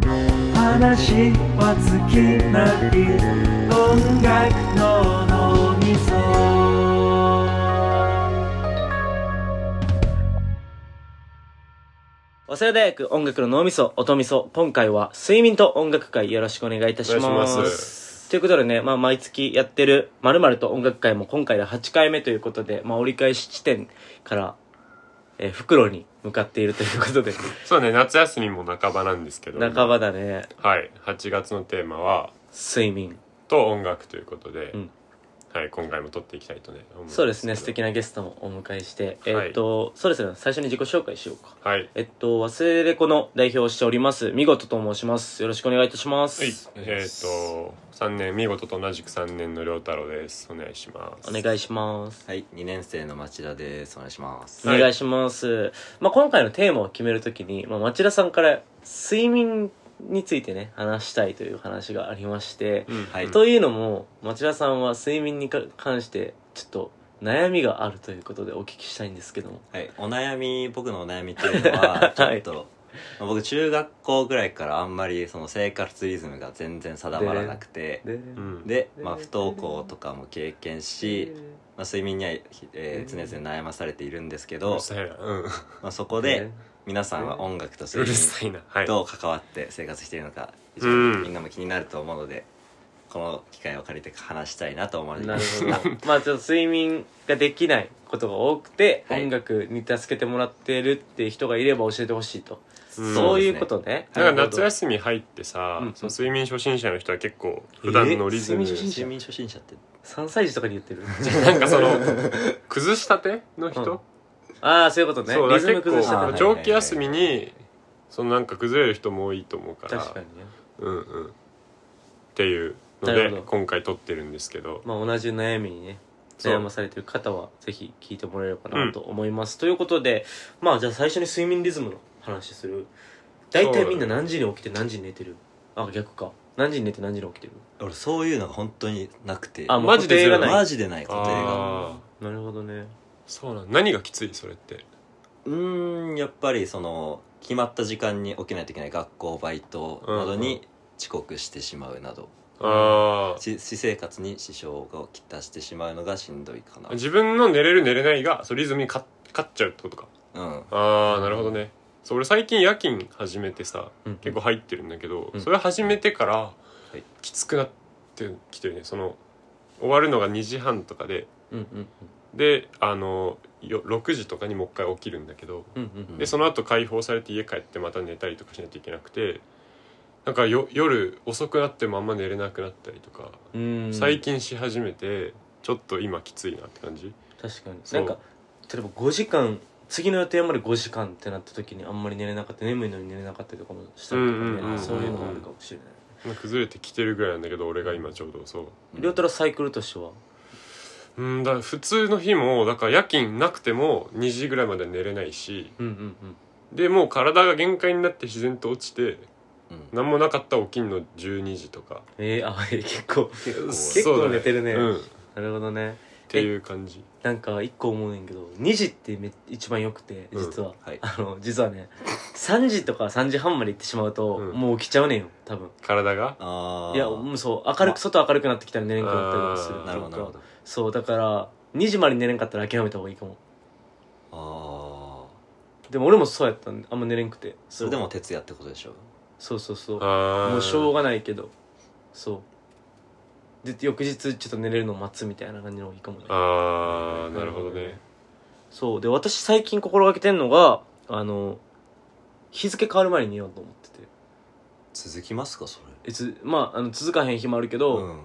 話は尽きない音楽の脳みそ早稲田大学音楽の脳みそ音みそ今回は睡眠と音楽会よろしくお願いいたしお願まいしすますということでね、まあ、毎月やってる「まると音楽会」も今回で8回目ということで、まあ、折り返し地点から、えー袋に向かっているということでそうね夏休みも半ばなんですけど半ばだねはい8月のテーマは睡眠「と音楽」ということで、うんはい、今回も撮っていきたいとね思いますそうですね素敵なゲストもお迎えして、えはいーっとそうですね最初に自己紹介しようかはいえっと忘れれこの代表をしておりますみごとと申しますよろしくお願いいたします、はい、えっ、と3年見事と同じく3年の良太郎ですお願いしますお願いしますはい、2年生の町田です。お願いします。おはい願いします、まあ、今回のテーマを決めるときに、まあ、町田さんから睡眠についてね話したいという話がありまして、うんはいというのも町田さんは睡眠にか関してちょっと悩みがあるということでお聞きしたいんですけども、はい、お悩み、僕のお悩みっていうのは ちょっと、まあ僕中学校ぐらいからあんまりその生活リズムが全然定まらなくて、でうんで、まあ不登校とかも経験し、まあ睡眠には、えー常々悩まされているんですけうどる、さいなうんまあそこで皆さんは音楽 とう睡る眠さいなはいどう関わって生活しているのか、非常うんにみんなも気になると思うので、この機会を借りて話したいなと思われていなまるす。ほ どまあちょっと睡眠ができないことが多くて、はい音楽に助けてもらってるっていう人がいれば教えてほしいと、うんそういうことねだから夏み休み入ってさ、うんその睡眠初心者の人は結構普段のリズム、えー睡眠初睡眠初心者って3歳児とかに言 ってるなんかその 崩したての人、うんああそういうことねそうだリズからム結崩してた構ねあ長期休みにそのなんか崩れる人も多いと思うから確かにねうんうんっていうのなるほでど今回撮ってるんですけどまあ同じ悩みにねそう悩まされてる方はぜひ聞いてもらえればなと思います、ということでまあじゃあ最初に睡眠リズムの話する大体みんな何時に起きて何時に寝てるあ逆か何時に寝て何時に起きてる俺そういうのが本当になくてあもうマジで固定がゼロなマいジでない固定がああなるほどねそうなん何がきついそれってうーんやっぱりその決まった時間に起きないといけない学校バイトなどうんに遅刻してしまうなど、あし私生活に支障をきたしてしまうのがしんどいかなあ自分の寝れる寝れないがそうリズムに勝勝っちゃうってことかうんああなるほどねそう俺最近夜勤始めてさうん結構入ってるんだけど、うんそれ始めてからいきつくなってきてるねその終わるのが2時半とかでうんうんであのよ6時とかにもう一回起きるんだけどうんうんでその後解放されて家帰ってまた寝たりとかしないといけなくてなんかよ夜遅くなってもあんま寝れなくなったりとか、うんうん最近し始めてちょっと今きついなって感じ確かにそなうんか例えば5時間次の予定まで5時間ってなった時にあんまり寝れなかった眠いのに寝れなかったりとかもしたりとかね、うんうんうんうんそういうのもあるかもしれないまあ崩れてきてるぐらいなんだけど俺が今ちょうどそううん両太郎サイクルとしてはうんだから普通の日もだから夜勤なくても2時ぐらいまで寝れないしうんうんうんでもう体が限界になって自然と落ちてうん何もなかったら起きんの12時とかえー、あ結構結構結構寝てるね、うんっなるほどねていう感じなんか一個思うねんけど2時ってめ一番よくて実は、はいあの実はね3時とか3時半まで行ってしまうと、うんもう起きちゃうねんよ多分体がああいやもうそう明るく外明るくなってきたら寝れんくなったりもするあーなるほどなるほとかどそうだから2時まで寝れんかったら諦めた方がいいかもああでも俺もそうやったんであんま寝れんくてそれでも徹夜ってことでしょそうそうそうあもうしょうががないけどそうで翌日ちょっと寝れるのを待つみたいな感じの方がいいかもねあーなるほどねそうで私最近心がけてんのがあの日付変わる前に寝ようと思ってて続きますかそえつまああの続かへん日もあるけれど、うん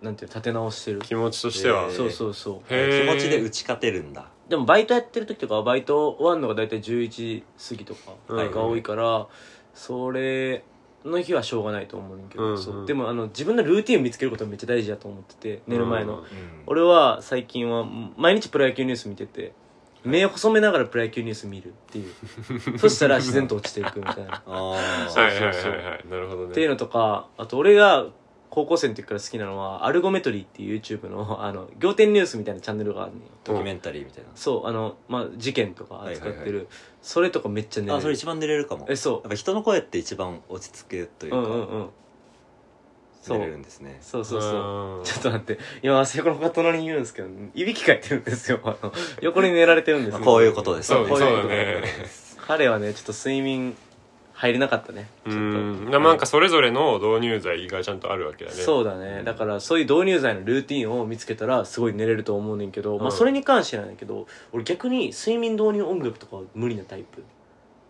なんていうの立て直してる、気持ちとしては、えーそうそうそうへ気ー持ちで打ち勝てるんだでもバイトやってる時とかはバイト終わるのが大体11時過ぎとかうんが多いから、それの日はしょうがないと思うねんけど、うんうんそうでもあの自分のルーティン見つけることがめっちゃ大事だと思ってて寝る前の、うん俺は最近は毎日プロ野球ニュース見てて目細めながらプロ野球ニュース見るっていう そしたら自然と落ちていくみたいなああはいはいはいはいなるほどねっていうのとかあと俺が高校生の時から好きなのはアルゴメトリーっていう YouTube のあの仰天ニュースみたいなチャンネルがあるのよドキュメンタリーみたいな、そうあの、まあ、事件とか扱ってる、はいはいはそれとかめっちゃ寝れるあそれ一番寝れるかもえやっそうぱ人の声って一番落ち着くとういうか、んうんうんそ寝うれるんですねそうそうそうそちょっと待って今セコのが隣にいるんですけどいびきかいてるんですよあの横に寝られてるんですよまあこういうことですそうこそうういうだことね彼はねちょっと睡眠入れなかったねちょうっとんでもなんかそれぞれの導入剤がちゃんとあるわけだねそうだねだからそういう導入剤のルーティンを見つけたらすごい寝れると思うねんけど、まうんあそれに関してなんだけど俺逆に睡眠導入音楽とかは無理なタイプ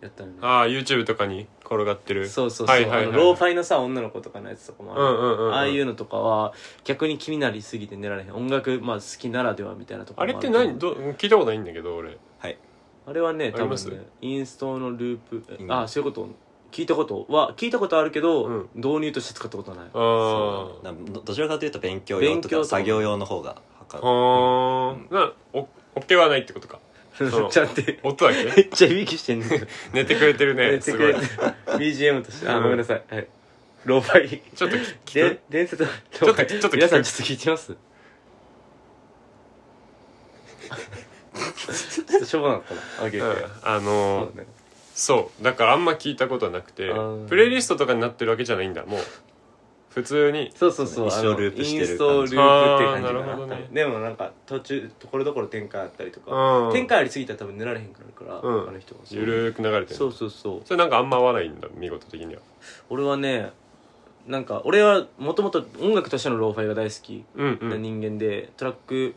やったのねああ YouTube とかに転がってるそうそうそう、はいはいはいあのローファイのさ女の子とかのやつとかもある、うんうんうんうんああいうのとかは逆に気になりすぎて寝られへん音楽、まあ、好きならではみたいなとこあろもれるって何ど聞いたことないんだけど俺はいあれはねあ多りま分すねインストのループえインあそういうこと聞いたことは聞いたことあるけど、うん導入として使ったことないああなどどちらかというと勉強用と勉強かとか作業用の方がはかあーなおおけはないってことかそうちゃって 音だめけっちゃいびき してんねんけど寝てくれてるやねってすくごいれて BGM としてあうんごめんなさい、はい、ローファイちょっと聞聞でく伝説のょっローとファイちょっと聞く皆さんちょっと聞いて ますちょっとしょうがなかったなあげうるんあのーそうねそうだからあんま聞いたことはなくてあープレイリストとかになってるわけじゃないんだもう普通にそうそうそう一生あのループしてるインストループっていう感じあーかなるほどねでもなんか途中ところどころ展開あったりとかうん展開ありすぎたら多分寝られへんからからうんあの人はゆるーく流れてるそうそうそうそれなんかあんま合わないんだ見事的には俺はねなんか俺はもともと音楽としてのローファイが大好きうんうなん人間で、トラック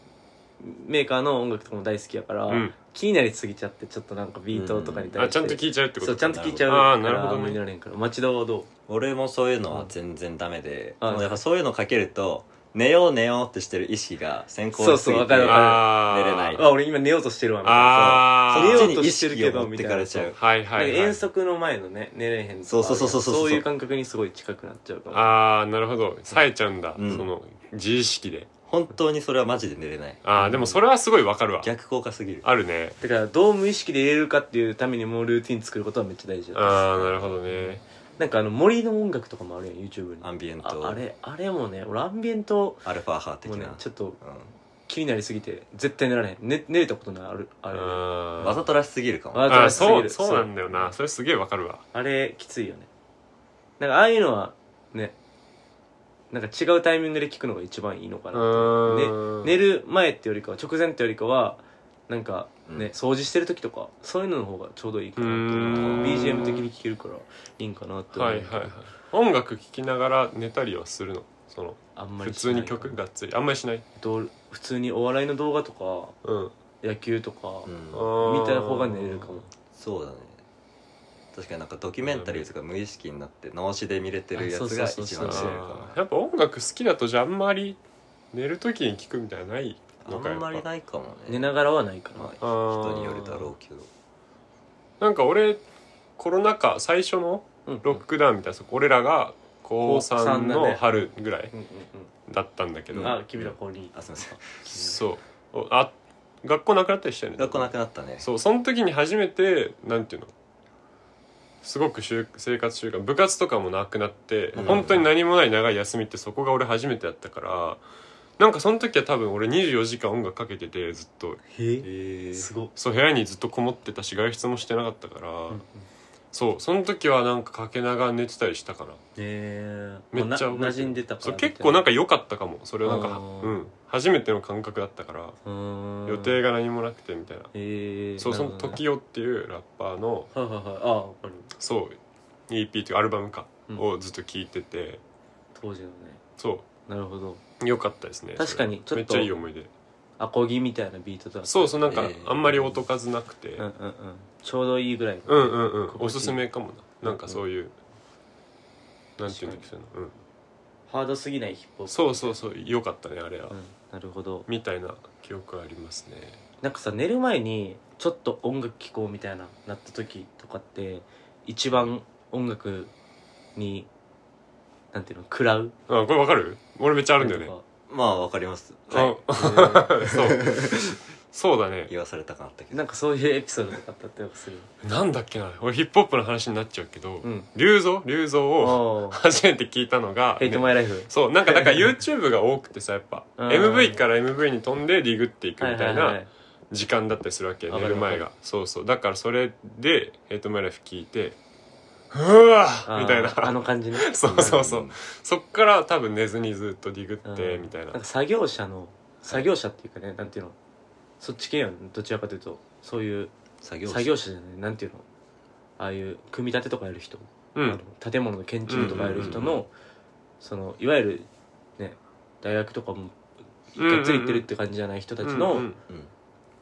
メーカーの音楽とかも大好きやから、うん気になりすぎちゃってちょっとなんかビートとかに対して、あちゃんと聞いちゃうってこそうとちゃんと聞いちゃうあかーなるほらあどねんまりなれんから町田はどう俺もそういうのは全然ダメで、うんもうやっぱそういうのかけると寝よう寝ようってしてる意識が先行しすそうそうぎわてかるわかあー寝れないあ俺今寝ようとしてるわみたいなあー寝そよっうちとに意してる識けをど持ってかれちゃうみはいはい、はい、なんか遠足の前のね寝れへんとかそうそうそうそうそうそういう感覚にすごい近くなっちゃうかもああなるほど冴えちゃうんだ、うんその自意識で本当にそれはマジで寝れないああでもそれはすごいわかるわ逆効果すぎるあるねだからどう無意識で入れるかっていうためにもうルーティン作ることはめっちゃ大事だああなるほどねなんかあの森の音楽とかもあるやん YouTube にアンビエンあトあれあれもね俺アンビエントアルファ派的もな、ねちょっとう気になりすぎて絶対寝られへん、ね、寝れたことないあるあれあん、わざとらしすぎるかもわざとあらーしすぎそうるそうなんだよなそれすげえわかるわあれきついよねなんかああいうのはねなんか違うタイミングで聞くのが一番いいのかうなとねーん寝る前ってよりかは直前ってよりかはなんかね、うん掃除してる時とかそういうのの方がちょうどいいかなとうー思んう BGM 的に聴けるからいいんかなって思う、はいはいはい音楽聴きながら寝たりはするのそのあんま普り通に曲がっつりあんまりしないどう普通にお笑いの動画とかうん野球とか、うん、見見た方が寝れるかもそうだね確かになんかドキュメンタリーとか無意識になって脳死で見れてるやあそうつそがうそう一そう番寝れるあかーやっぱ音楽好きだとじゃああんまり寝る時に聞くみたいなのないものかあんまりいないかもね寝ながらはないかなまああ、ー人によるだろうけどなんか俺コロナ禍最初のうんロックダウンみたいな、そこ俺らが高高3三だねの春ぐらいうんうんだったんだけうど、んあ君らここにあすいませんそうおあ学校なくなったりしたよね学校なくなったねそうその時に初めてなんていうのすごく習生活習慣部活とかもなくなって、うん本当に何もない長い休みってそこが俺初めてやったからなんかその時は多分俺24時間音楽かけててずっとへへええすごっそう部屋にずっとこもってたし外出もしてなかったから、うんそうその時はなんかかけながら寝てたりしたかなえめっちゃ覚えてる馴染んでたかそうら結構なんかか良かったかもそれはなんかあーうん初めての感覚だったから予予定が何もなくてみたいな、ええそうその「時時よ」っていうラッパーのはいはいはいああ分かるそう EP というかアルバムかうんをずっと聴いてて、当時のねそなるほどう良かったですね確かにそれちょっとめっちゃいい思い出アコギみたいなビートだそうそうなんかえーあんまり音数なくて、うんうんうんちょうどいいぐらいうんうんう心ん地いいおすすめかもななんかそういう、なんていうんだっけそういうの、うん、ハードすぎないヒップホップそうそうそう良かったねあれは、うんなるほどみたいな記憶はありますねなんかさ寝る前にちょっと音楽聴こうみたいななった時とかって一番音楽になんていうの食らうあこれわかる俺めっちゃあるんだよねなんかまあわかります あはいえーそうそうだね言わされた感あったけどなんかそういうエピソードとかあったってよくするなんだっけな俺ヒップホップの話になっちゃうけどうん龍造龍造をおー 初めて聞いたのが「ヘイトマイライフ」そうなん かだから YouTube が多くてさやっぱうん MV から MV に飛んでディグっていくみたいははなは時間だったりするわけわ寝かるる前わがそうそうだからそれで「ヘイトマイライフ」聞いて「うわあーーみたいなあの感じね そうそうそうんそっから多分寝ずにずっとディグってうんみたいななんか作業者の作業者っていうかねなんていうのそっち系やんどちらかというとそういう作業作業者じゃないなんていうのああいう組み立てとかやる人、うあんの建物の建築とかやる人うんうんうんうのそのいわゆるね大学とかもがっつり行ってるって感じじゃない人たちうんうのんうん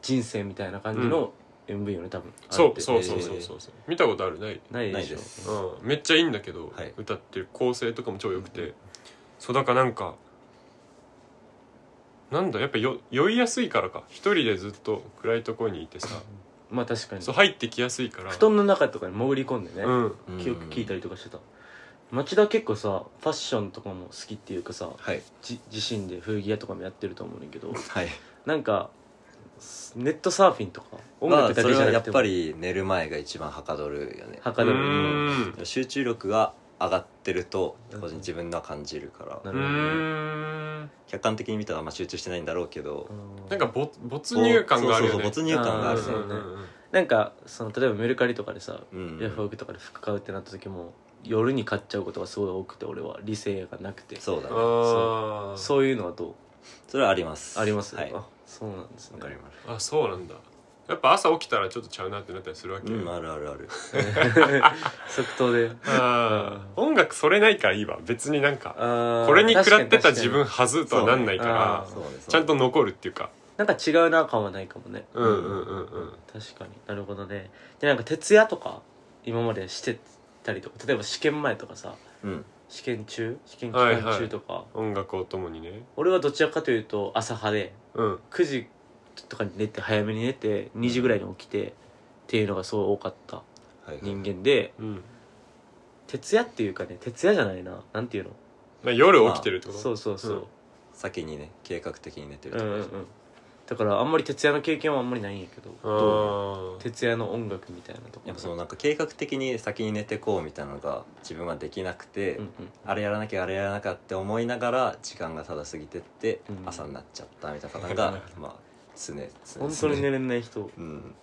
人生みたいな感じの MV よね多分そあれってうそうそうそうそうそう見たことあるないないなでいしょですうん、めっちゃいいんだけど、はい歌ってる構成とかも超良くて、そうだからなんかなんだやっぱよ酔いやすいからか一人でずっと暗いところにいてさまあ確かにそう入ってきやすいから布団の中とかに潜り込んでね、うんうん記憶聞いたりとかしてた町田結構さファッションとかも好きっていうかさはいじ自身で古着屋とかもやってると思うねんだけどはいなんかすネットサーフィンとか音楽まあだそけれじゃはなやっくてもぱり寝る前が一番はかどるよねはかどるうーん集中力が上がってると個人自分のは感じるかならるうほどねーん客観的に見たらあんま集中してないんだろうけどなんかぼ没入感があるよねそうそうそう没入感があるあーそうねんんんなんかその例えばメルカリとかでさうんヤフオクとかで服買うってなった時も夜に買っちゃうことがすごい多くて俺は理性がなくてそうだねあーそういうのはどうそれはありますありますはいわあそうなんですねかりますあそうなんだやっぱ朝起きたらちょっとちゃうなってなったりするわけ、うんあるあるある 即答であー音楽それないからいいわ別になんかあーこれに食らって確かたに確かに自分はずとはなんないかあら、ーそうですちゃんと残るっていうかなんか違うな感はないかもねうんうんうんうん確かになるほどねでなんか徹夜とか今までしてたりとか例えば試験前とかさうん試験中試験期間中とか、音楽をともにね俺はどちらかというと朝派でうん9時とかに寝て早めに寝て2時ぐらいに起きてっていうのがすごい多かったはいはい人間でうん徹夜っていうかね徹夜じゃないななんていうのまあ夜起きてるってことそうそうそう、先にね計画的に寝てうるん、うんうんとかだからあんまり徹夜の経験はあんまりないんやけどどうあー徹夜の音楽みたいなとこやっぱそのなんか計画的に先に寝てこうみたいなのが自分はできなくて、うんあれやらなきゃあれやらなきゃって思いながら時間がただ過ぎてって、うん朝になっちゃったみたいな方がまあ常々うん本当に寝れない人 うん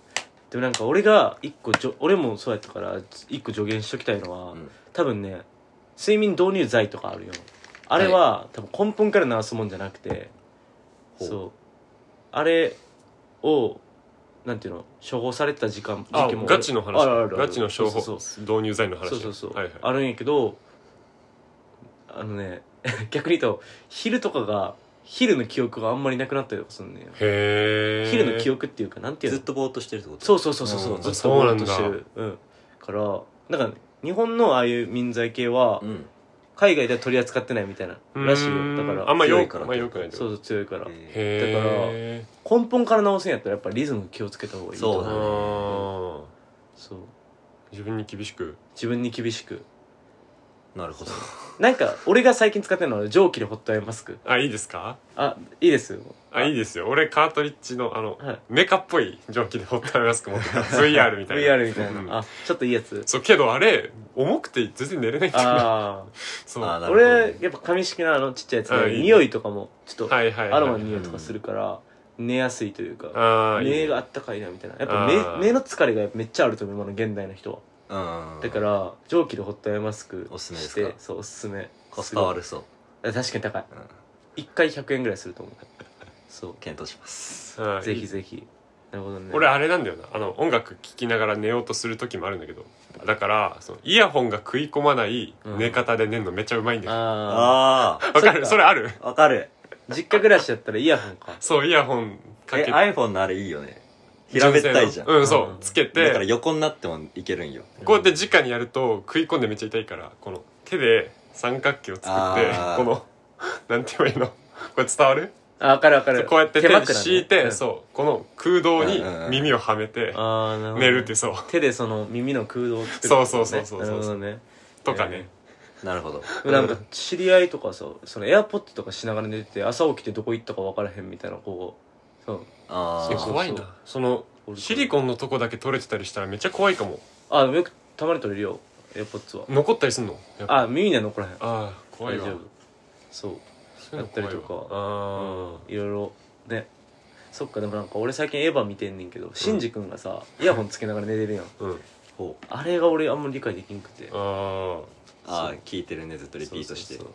でもなんか俺が一個じょ俺もそうやったから一個助言しときたいのは、うん多分ね睡眠導入剤とかあるよあれは、多分根本から治すもんじゃなくてほうそうあれをなんていうの処方されてた時間あ時期もガチの話あるあるあるガチの処方そう導入剤の話そうそうそう、はいはいあるんやけどあのね 逆に言うと昼とかが昼の記憶があんまりなくなったりとかするんだよへえ昼の記憶っていうかなんていうずのっとぼーっとしてるってことそうそうそうそううんそうずっとそうなんぼーだっとしてるうんからなんか日本のああいう民剤系はうん海外では取り扱ってないみたいならしいよだからあんま強よいかくらまあよくないってこそうとそう強いからへへえ根本から直すんやったらやっぱりリズム気をつけた方がいいと思だからそうあそうー自分に厳しく自分に厳しくーなるほどなんか俺が最近使ってるのは蒸気でホットアイマスクあいいですかあいいですよあいいですよ俺カートリッジのあのはいメカっぽい蒸気でホットアイマスク持っ てた VR みたいな VR みたいな、うんあちょっといいや つそうけどあれ重くて全然寝れないんだよあそうあーあなるほど俺やっぱ紙式のあのちっちゃいやつで、あいいね匂いとかもちょっとはいはいはいアロマの匂いとかするから寝やすいというかあーいいね目があったかいなみたいなやっあぱー目目の疲れがめっちゃあると思う今の現代の人はうんだから蒸気でホットアイマスクおすすめでしすかてそうおすすめコスパ悪そう、すごい確かに高いうん、 1回100円ぐらいすると思うそ検討しますはういぜひぜひなるほどね俺あれなんだよなあの音楽聴きながら寝ようとする時もあるんだけどだからそのイヤホンが食い込まない寝方で寝るのめっちゃうまいんだよああわ、かるそっかそれあるあわかるあ実家暮らしだったらイヤホンかそうイヤホンかえけ iPhone のあれいいよね平べったいじゃん、うだんそう、うんつけてから横になってもいけるんよこうやって直にやると食い込んでめっちゃ痛いからこの手で三角形を作ってあーこのなんて言えばいいのこれ伝わるあわかるわかそうるこうやって手枕でね敷いて、うんそうこの空洞にうんうんうん耳をはめてああなるほど寝るってそう 手でその耳の空洞を作るそうそうそうそうなそうるほどねとかね、なるほどなんか知り合いとかさそのエアポッドとかしながら寝てて朝起きてどこ行ったか分からへんみたいな子そうあそえうそうあ怖いなそのシリコンのとこだけ取れてたりしたらめっちゃ怖いかもあでもよくたまに取れるよエアポッツは残ったりすんのやっぱあ耳には残らへんあー怖いわ大丈夫そうそういうのやったりと怖いわかあいろいろねそっかでもなんか俺最近エヴァ見てんねんけどシンジ君がさイヤホンつけながら寝てるやんーうんほうあれが俺あんま理解できんくてああー聞いてるねずっとリピートしてそうそうーそへ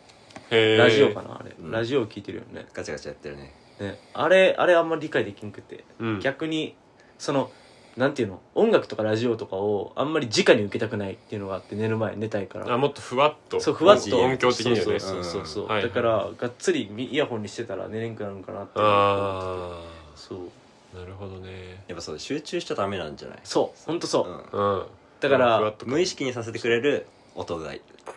えうラジオかなあれ、うんラジオ聞いてるよねガチャガチャやってるねねあれあれあんま理解できんくて、うん逆にそのなんていうの音楽とかラジオとかをあんまり直に受けたくないっていうのがあって寝る前に寝たいからあもっとふわっとそうふわっと音響的によねそうそうそうそう、うんはいはいだからがっつりイヤホンにしてたら寝れんくなるんかなってあそうあなるほどねやっぱそう集中しちゃダメなんじゃないそうほんとそう、うんうんだからふわっとか無意識にさせてくれる音が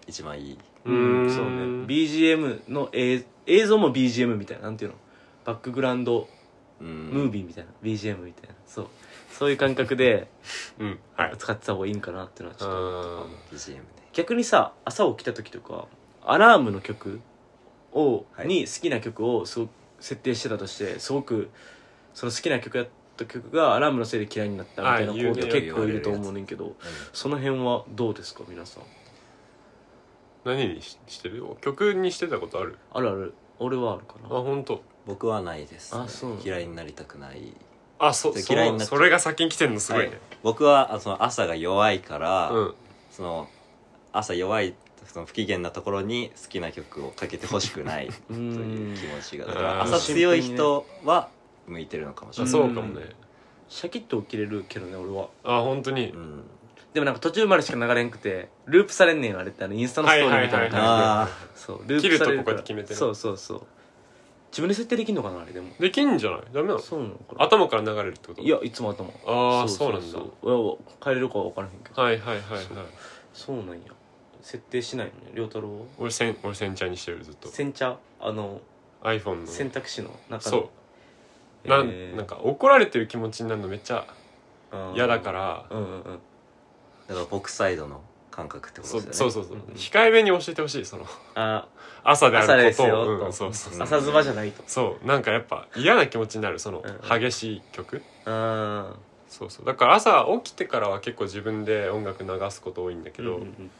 一番いいうんそうね BGM の映映像も BGM みたいななんていうのバックグラウンドムムービーみたいな、BGM みたいなそうそういう感覚でうんはい使ってた方がいいんかなってのはちょっとあ BGM ね逆にさ朝起きた時とかアラームの曲を、はいに好きな曲をすごく設定してたとしてすごくその好きな曲やった曲がアラームのせいで嫌いになったみたいなあ子言うってね結構いると思うねんけどその辺はどうですか皆さん何にししてる曲にしてたことあるあるある俺はあるかあな本当。僕はないですあそうなんだ嫌いになりたくないあそでそ嫌いにのなっちゃそうれが先に来てんのすごいね僕はあその朝が弱いから、うんその朝弱いその不機嫌なところに好きな曲をかけてほしくないうとんいう気持ちがだかうんら朝強い人は向いてるのかもしれあない、そうかもねシャキッと起きれるけどね俺はあ本当にうんでもなんか途中までしか流れんくてループされんねんあれってあのインスタのストーリーみたいな感じで、はいはいはいはいああそうループされるから切るとここうやって決めてるそうそうそう自分で設定できんのかなあれでもできんじゃないダメなのそうなのかな頭から流れるってこといいやいつも頭ああそうなんだそうそういや変えれるかは分からへんけどはいはいはいはいそうなんや設定しないのね亮太郎俺せん俺煎茶にしてるずっと煎茶あの iPhone の選択肢の中そのうなえんーなんか怒られてる気持ちになるのめっちゃあー嫌だからうんうんうんだから僕サイドの感覚ってことそでうすよねそうそうそううん控えめに教えてほしいそのあ朝であ朝でるすことよをうとんそうそうー朝妻じゃないとそうなんかやっぱ嫌な気持ちになるそのうんうん激しい曲ああそうそうだから朝起きてからは結構自分で音楽流すこと多いんだけうんうど、ん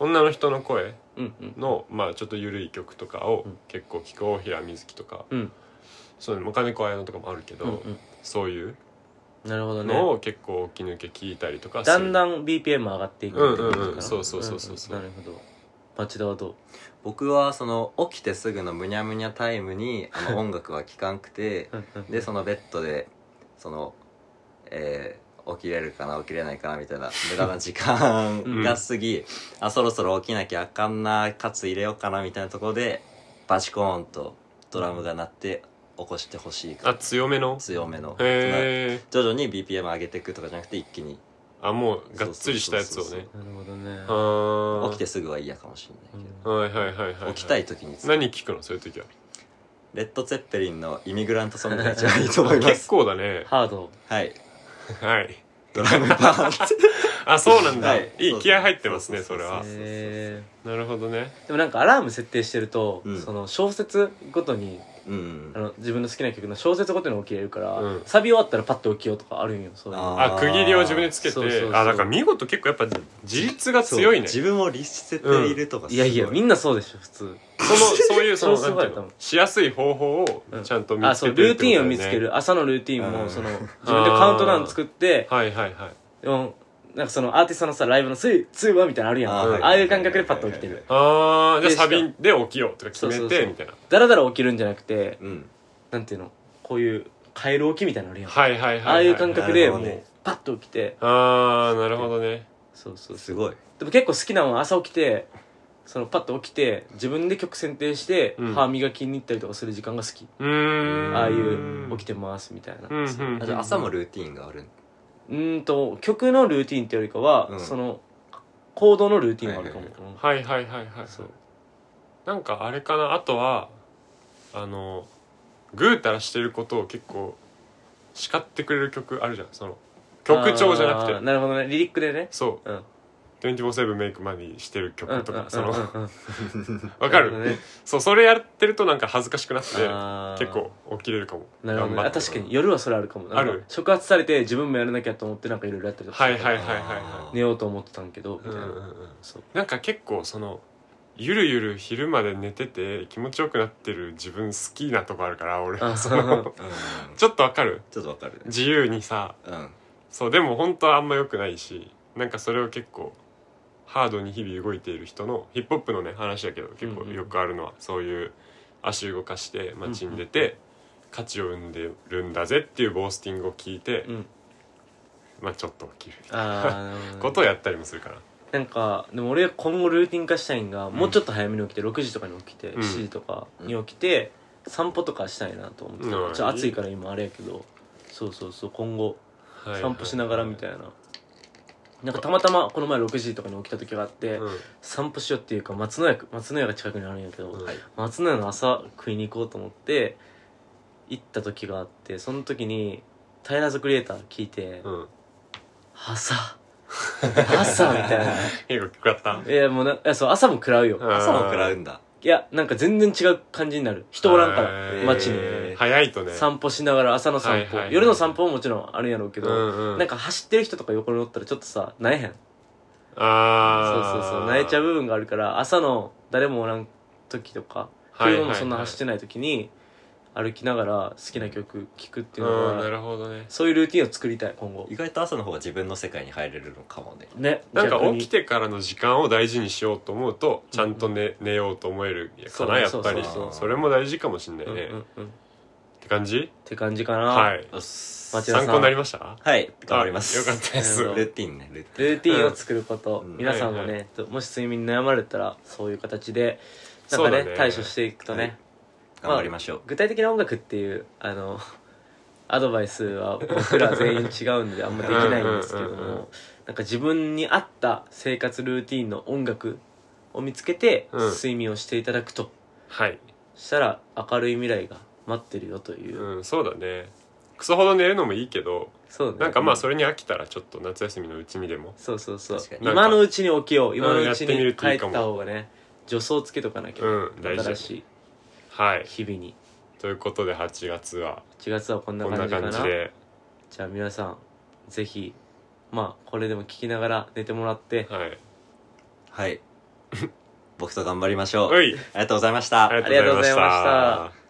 女の人の声うんうんのまあちょっと緩い曲とかをうん結構聴く大平瑞希とか、うんそういうの金子綾乃とかもあるけど、うんうんそういうなるほどねのを結構起き抜け聴いたりとかだんだんん BPM 上がっていくってことかうんうんうなんそうそうそうそうそうんんなるほど町田はどう僕はその起きてすぐのむにゃむにゃタイムにあ の音楽は聴かんくてうんうんでそのベッドでそのえー起きれるかな起きれないかなみたいな無駄な時間が過ぎ、あそろそろ起きなきゃあかんなかつ入れようかなみたいなところでバチコーンとドラムが鳴って起こしてほしいかあら強めの強めのへえ徐々に BPM 上げていくとかじゃなくて一気にあもうがっつりしたやつをそうそうねなるほどねあー起きてすぐは嫌かもしれないけど、はいはいはいはい、はい、起きたい時に何聴くのそういう時はレッド・ツェッペリンの「イミグラント・ソング」が一番いいと思いま 結す構だねハードはいはいドラムパーンあそうなんだ、はいい、い気合入ってますねそそうそれうそうそはうへーなるほどねでもなんかアラーム設定してると、うんその小節ごとにうんあの自分の好きな曲の小節ごとに起きれるから、うんサビ終わったらパッと起きようとかあるんよそういうのああー区切りを自分でつけてそうそうそうあだから見事結構やっぱ自立が強いねそう自そ分を律せているとかすいごやいやみんなそうでしょ普通のそういうそのそうなんそうやっていうたものんしやすい方法をちゃんと見あつそけうてるルっーてテことィだよンをね見つける朝のルーティンうんもその自分でカウントダウン作ってはいはいはいうんなんかそのアーティストのさライブの「ついついは」みたいなのあるやんああーはいあいう感覚でパッと起きてはいるああじゃあでサビで起きようとか決めそうそうそてうみたいなだらだら起きるんじゃなくてうんなんていうのこういうカエル起きみたいなのあるやん、はいはいはいはいああいう感覚でなるもほどねうパッと起きてああなるほどねそうそうすごいでも結構好きなのは朝起きてそのパッと起きて自分で曲選定してうん歯磨きに行ったりとかする時間が好き、うーんああいう起きてますみたいな、うんうんあじゃあ朝もルーティンがあるんうーんと曲のルーティンってよりかは、うんその行動のルーティンがあるかも、はいははいはいはいはいそうなんかあれかなあとはあのぐうたらしてることを結構叱ってくれる曲あるじゃんその曲調じゃなくあーてなるほどねリリックでねそううん24-7メイクマニーしてる曲とかそのうんうんうんわかなるほどねそうそれやってるとなんか恥ずかしくなってあー結構起きれるかもなるほどね頑張あって確かに夜はそれあるかもなんかある触発されて自分もやらなきゃと思ってなんかいろいろやったりとかはいはいはいはいあは寝ようと思ってたんけどいみうたいんうんうなんそうなんか結構そのゆるゆる昼まで寝てて気持ちよくなってる自分好きなとこあるから俺あそのうんちょっとわかるちょっとわかるね自由にさうんそうでも本当はあんま良くないしなんかそれを結構ハードに日々動いている人のヒップホップのね話だけど結構よくあるのは、そういう足動かして街に出て、価値を生んでるんだぜっていうボースティングを聞いて、うんまあちょっと起きるみたいあーなるほどなね ことをやったりもするから、なんかでも俺今後ルーティン化したいんが、んもうちょっと早めに起きて6時とかに起きて、うん7時とかに起きて、散歩とかしたいなと思ってて、うんちょっと暑いから今あれやけどそうそうそう今後散歩しながらみたいな、な、なんかたまたまこの前6時とかに起きた時があって、うん散歩しようっていうか松の家松の家が近くにあるんやけど、うんはい松の家の朝食いに行こうと思って行った時があってその時にタイラーズクリエイター聞いてう、ん、朝朝みたいな。結構よかったいや、もうな、いやそう、朝も食らうよ。朝も食らうんだいや、なんか全然違う感じになる。人おらんから。へー街に早いとね散歩しながら、朝の散歩、はいはい夜の散歩ももちろんあるんやろうけけど、なんか走ってる人とか横に乗ったらちょっとさ、なえへん。そうあそあうそう、なえちゃう部分があるから、朝の誰もおらん時とか、車もそんな走っててない時に、歩きながら好きな曲聴くっていううんのなは、るほどねそういうルーティンを作りたい、今後意。外と朝の方が自分の世界に入れるのかもねね、なんか逆に起きてからの時間を大事にしようと思うとちゃんと寝,、寝ようと思えるかなやそっうねぱりそうそうそうそれも大事かもしんなういんうね、っんうん。って感じて感じかな。はいよし町田さん参考になりましたはい頑張りますあよかったですなるほどルーティンねルーティンルーティンを作ること、うん皆さんもね、はいはもし睡眠に悩まれたらそういう形でなんそかうだねね対処していくとね、はい頑張りましょう具体的な音楽っていうあの アドバイスは僕ら全員違うんであんまできないんですけどうんうんうんうんもなんか自分に合った生活ルーティンの音楽を見つけてうん睡眠をしていただくとはい、したら明るい未来が待ってるよという、うん、そうだねクソほど寝るのもいいけどそうねなんかまあそれに飽きたらちょっと夏休みのうちにでもそうそうそう確かに今のうちに起きよう今のうちうんやってみにる帰といっいかたも方がね助走つけとかなきゃ、うん大事新しいはい日々にということで8月は1月はこんなこんな感じか感なじでじゃあ皆さんぜひまあこれでも聞きながら寝てもらってはいはい 僕と頑張りましょうはいありがとうございましたありがとうございまありがとうございまししたた